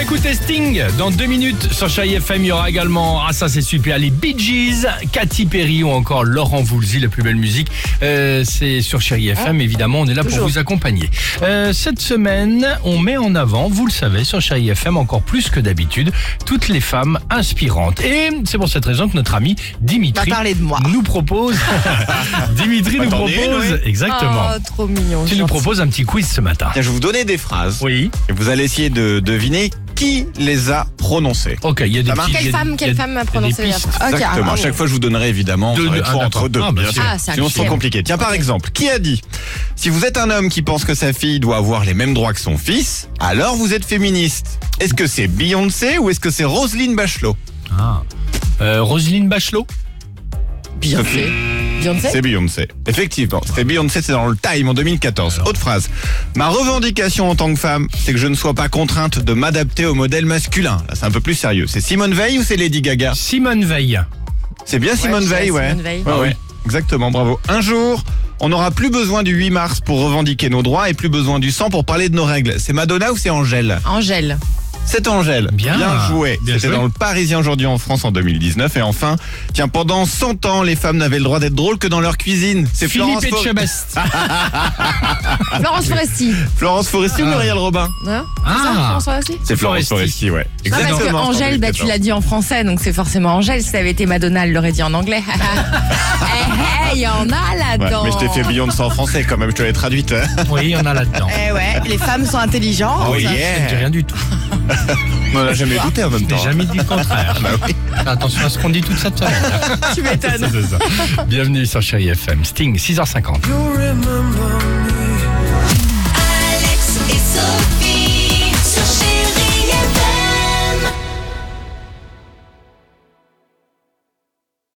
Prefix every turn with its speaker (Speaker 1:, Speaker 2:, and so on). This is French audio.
Speaker 1: Écoutez Sting dans deux minutes sur Chai FM. Il y aura également, ah ça c'est super, les Bee Gees, Katy Perry ou encore Laurent Voulzy, la plus belle musique. Euh, c'est sur Chéri FM,
Speaker 2: Ah,
Speaker 1: évidemment, on est là pour vous accompagner. Euh, cette semaine, on met en avant, vous le savez, sur Chéri FM encore plus que d'habitude, toutes les femmes inspirantes. Et c'est pour cette raison que notre ami Dimitri
Speaker 3: Bah,
Speaker 4: Va parler de moi.
Speaker 1: nous propose. Dimitri nous
Speaker 2: Attendez,
Speaker 1: propose. Exactement.
Speaker 4: Oh, trop mignon.
Speaker 1: tu nous
Speaker 4: gentil.
Speaker 1: proposes un petit quiz ce matin.
Speaker 2: Tiens, je vais vous donner des phrases.
Speaker 1: Oui.
Speaker 2: Et vous allez essayer de deviner qui les a prononcées.
Speaker 1: Ok, il y a des
Speaker 2: Ça marche
Speaker 1: petits- il y
Speaker 3: Quelle
Speaker 1: a- il y
Speaker 3: femme,
Speaker 1: a-
Speaker 3: quelle femme a
Speaker 1: il y a des
Speaker 3: prononcé la
Speaker 1: pistes.
Speaker 3: phrase
Speaker 4: Ok,
Speaker 2: Exactement.
Speaker 4: ah,
Speaker 2: À chaque fois, je vous donnerai évidemment
Speaker 1: Deux,
Speaker 2: ça va être
Speaker 1: deux,
Speaker 2: soit
Speaker 1: ah, d'accord.
Speaker 2: entre deux.
Speaker 1: Ah, bah,
Speaker 2: bien
Speaker 1: c'est-
Speaker 2: sûr.
Speaker 3: Ah, c'est
Speaker 2: Sinon, c'est
Speaker 3: incroyable.
Speaker 2: compliqué. Tiens, par
Speaker 4: Ok.
Speaker 2: exemple, qui a dit Si vous êtes un homme qui pense que sa fille doit avoir les mêmes droits que son fils, alors vous êtes féministe. Est-ce que c'est Beyoncé ou est-ce que c'est Roselyne Bachelot
Speaker 1: Ah. Euh, Roselyne Bachelot
Speaker 4: Beyoncé. Beyoncé.
Speaker 2: C'est Beyoncé. Effectivement, c'était Beyoncé, c'est dans le Time en 2014. Autre phrase. Ma revendication en tant que femme, c'est que je ne sois pas contrainte de m'adapter au modèle masculin. Là, c'est un peu plus sérieux. C'est Simone Veil ou c'est Lady Gaga
Speaker 1: Simone Veil.
Speaker 2: C'est bien Simone
Speaker 3: je dirais
Speaker 2: Veil, ouais.
Speaker 3: Simone Veil.
Speaker 2: Ouais,
Speaker 1: Ah
Speaker 2: ouais.
Speaker 1: oui.
Speaker 2: Exactement, bravo. Un jour, on n'aura plus besoin du 8 mars pour revendiquer nos droits et plus besoin du sang pour parler de nos règles. C'est Madonna ou c'est Angèle
Speaker 4: Angèle.
Speaker 2: C'est Angèle.
Speaker 1: Bien.
Speaker 2: joué.
Speaker 1: Bien
Speaker 2: C'était
Speaker 1: joué.
Speaker 2: dans le Parisien aujourd'hui en France en 2019. Et enfin, tiens, pendant 100 ans, les femmes n'avaient le droit d'être drôles que dans leur cuisine. C'est
Speaker 1: Philippe
Speaker 2: Florence, Ah. Fo-
Speaker 1: Etchebest.
Speaker 3: Florence Foresti.
Speaker 2: Florence Foresti ou
Speaker 1: Ah.
Speaker 2: Muriel Robin
Speaker 4: Hein
Speaker 3: Non C'est ça,
Speaker 1: Ah.
Speaker 3: Florence Foresti
Speaker 2: C'est
Speaker 1: Florence
Speaker 2: Florence
Speaker 1: Foresti.
Speaker 2: Foresti, ouais.
Speaker 4: Non, parce que
Speaker 2: Exactement, en
Speaker 4: Angèle, bah, tu
Speaker 2: 2014.
Speaker 4: l'as dit en français, donc c'est forcément Angèle. Si ça avait été Madonna, elle l'aurait dit en anglais. Eh, eh, il y en a
Speaker 2: Ouais,
Speaker 4: là-dedans.
Speaker 2: mais je t'ai fait Beyoncé en français quand même, je te l'ai traduite. hein.
Speaker 1: Oui, on a là-dedans.
Speaker 4: Eh ouais, les femmes sont intelligentes.
Speaker 2: Oh
Speaker 1: Ah Je ne dis
Speaker 2: yeah
Speaker 1: rien du tout.
Speaker 2: On en a jamais douté en même
Speaker 1: Je n'ai
Speaker 2: temps.
Speaker 1: jamais dit le contraire.
Speaker 2: Bah
Speaker 1: Fais Attention à ce qu'on dit toute cette semaine.
Speaker 4: tu m'étonnes.
Speaker 1: C'est ça. Bienvenue sur Chéri FM. Sting, 6h50.
Speaker 5: remember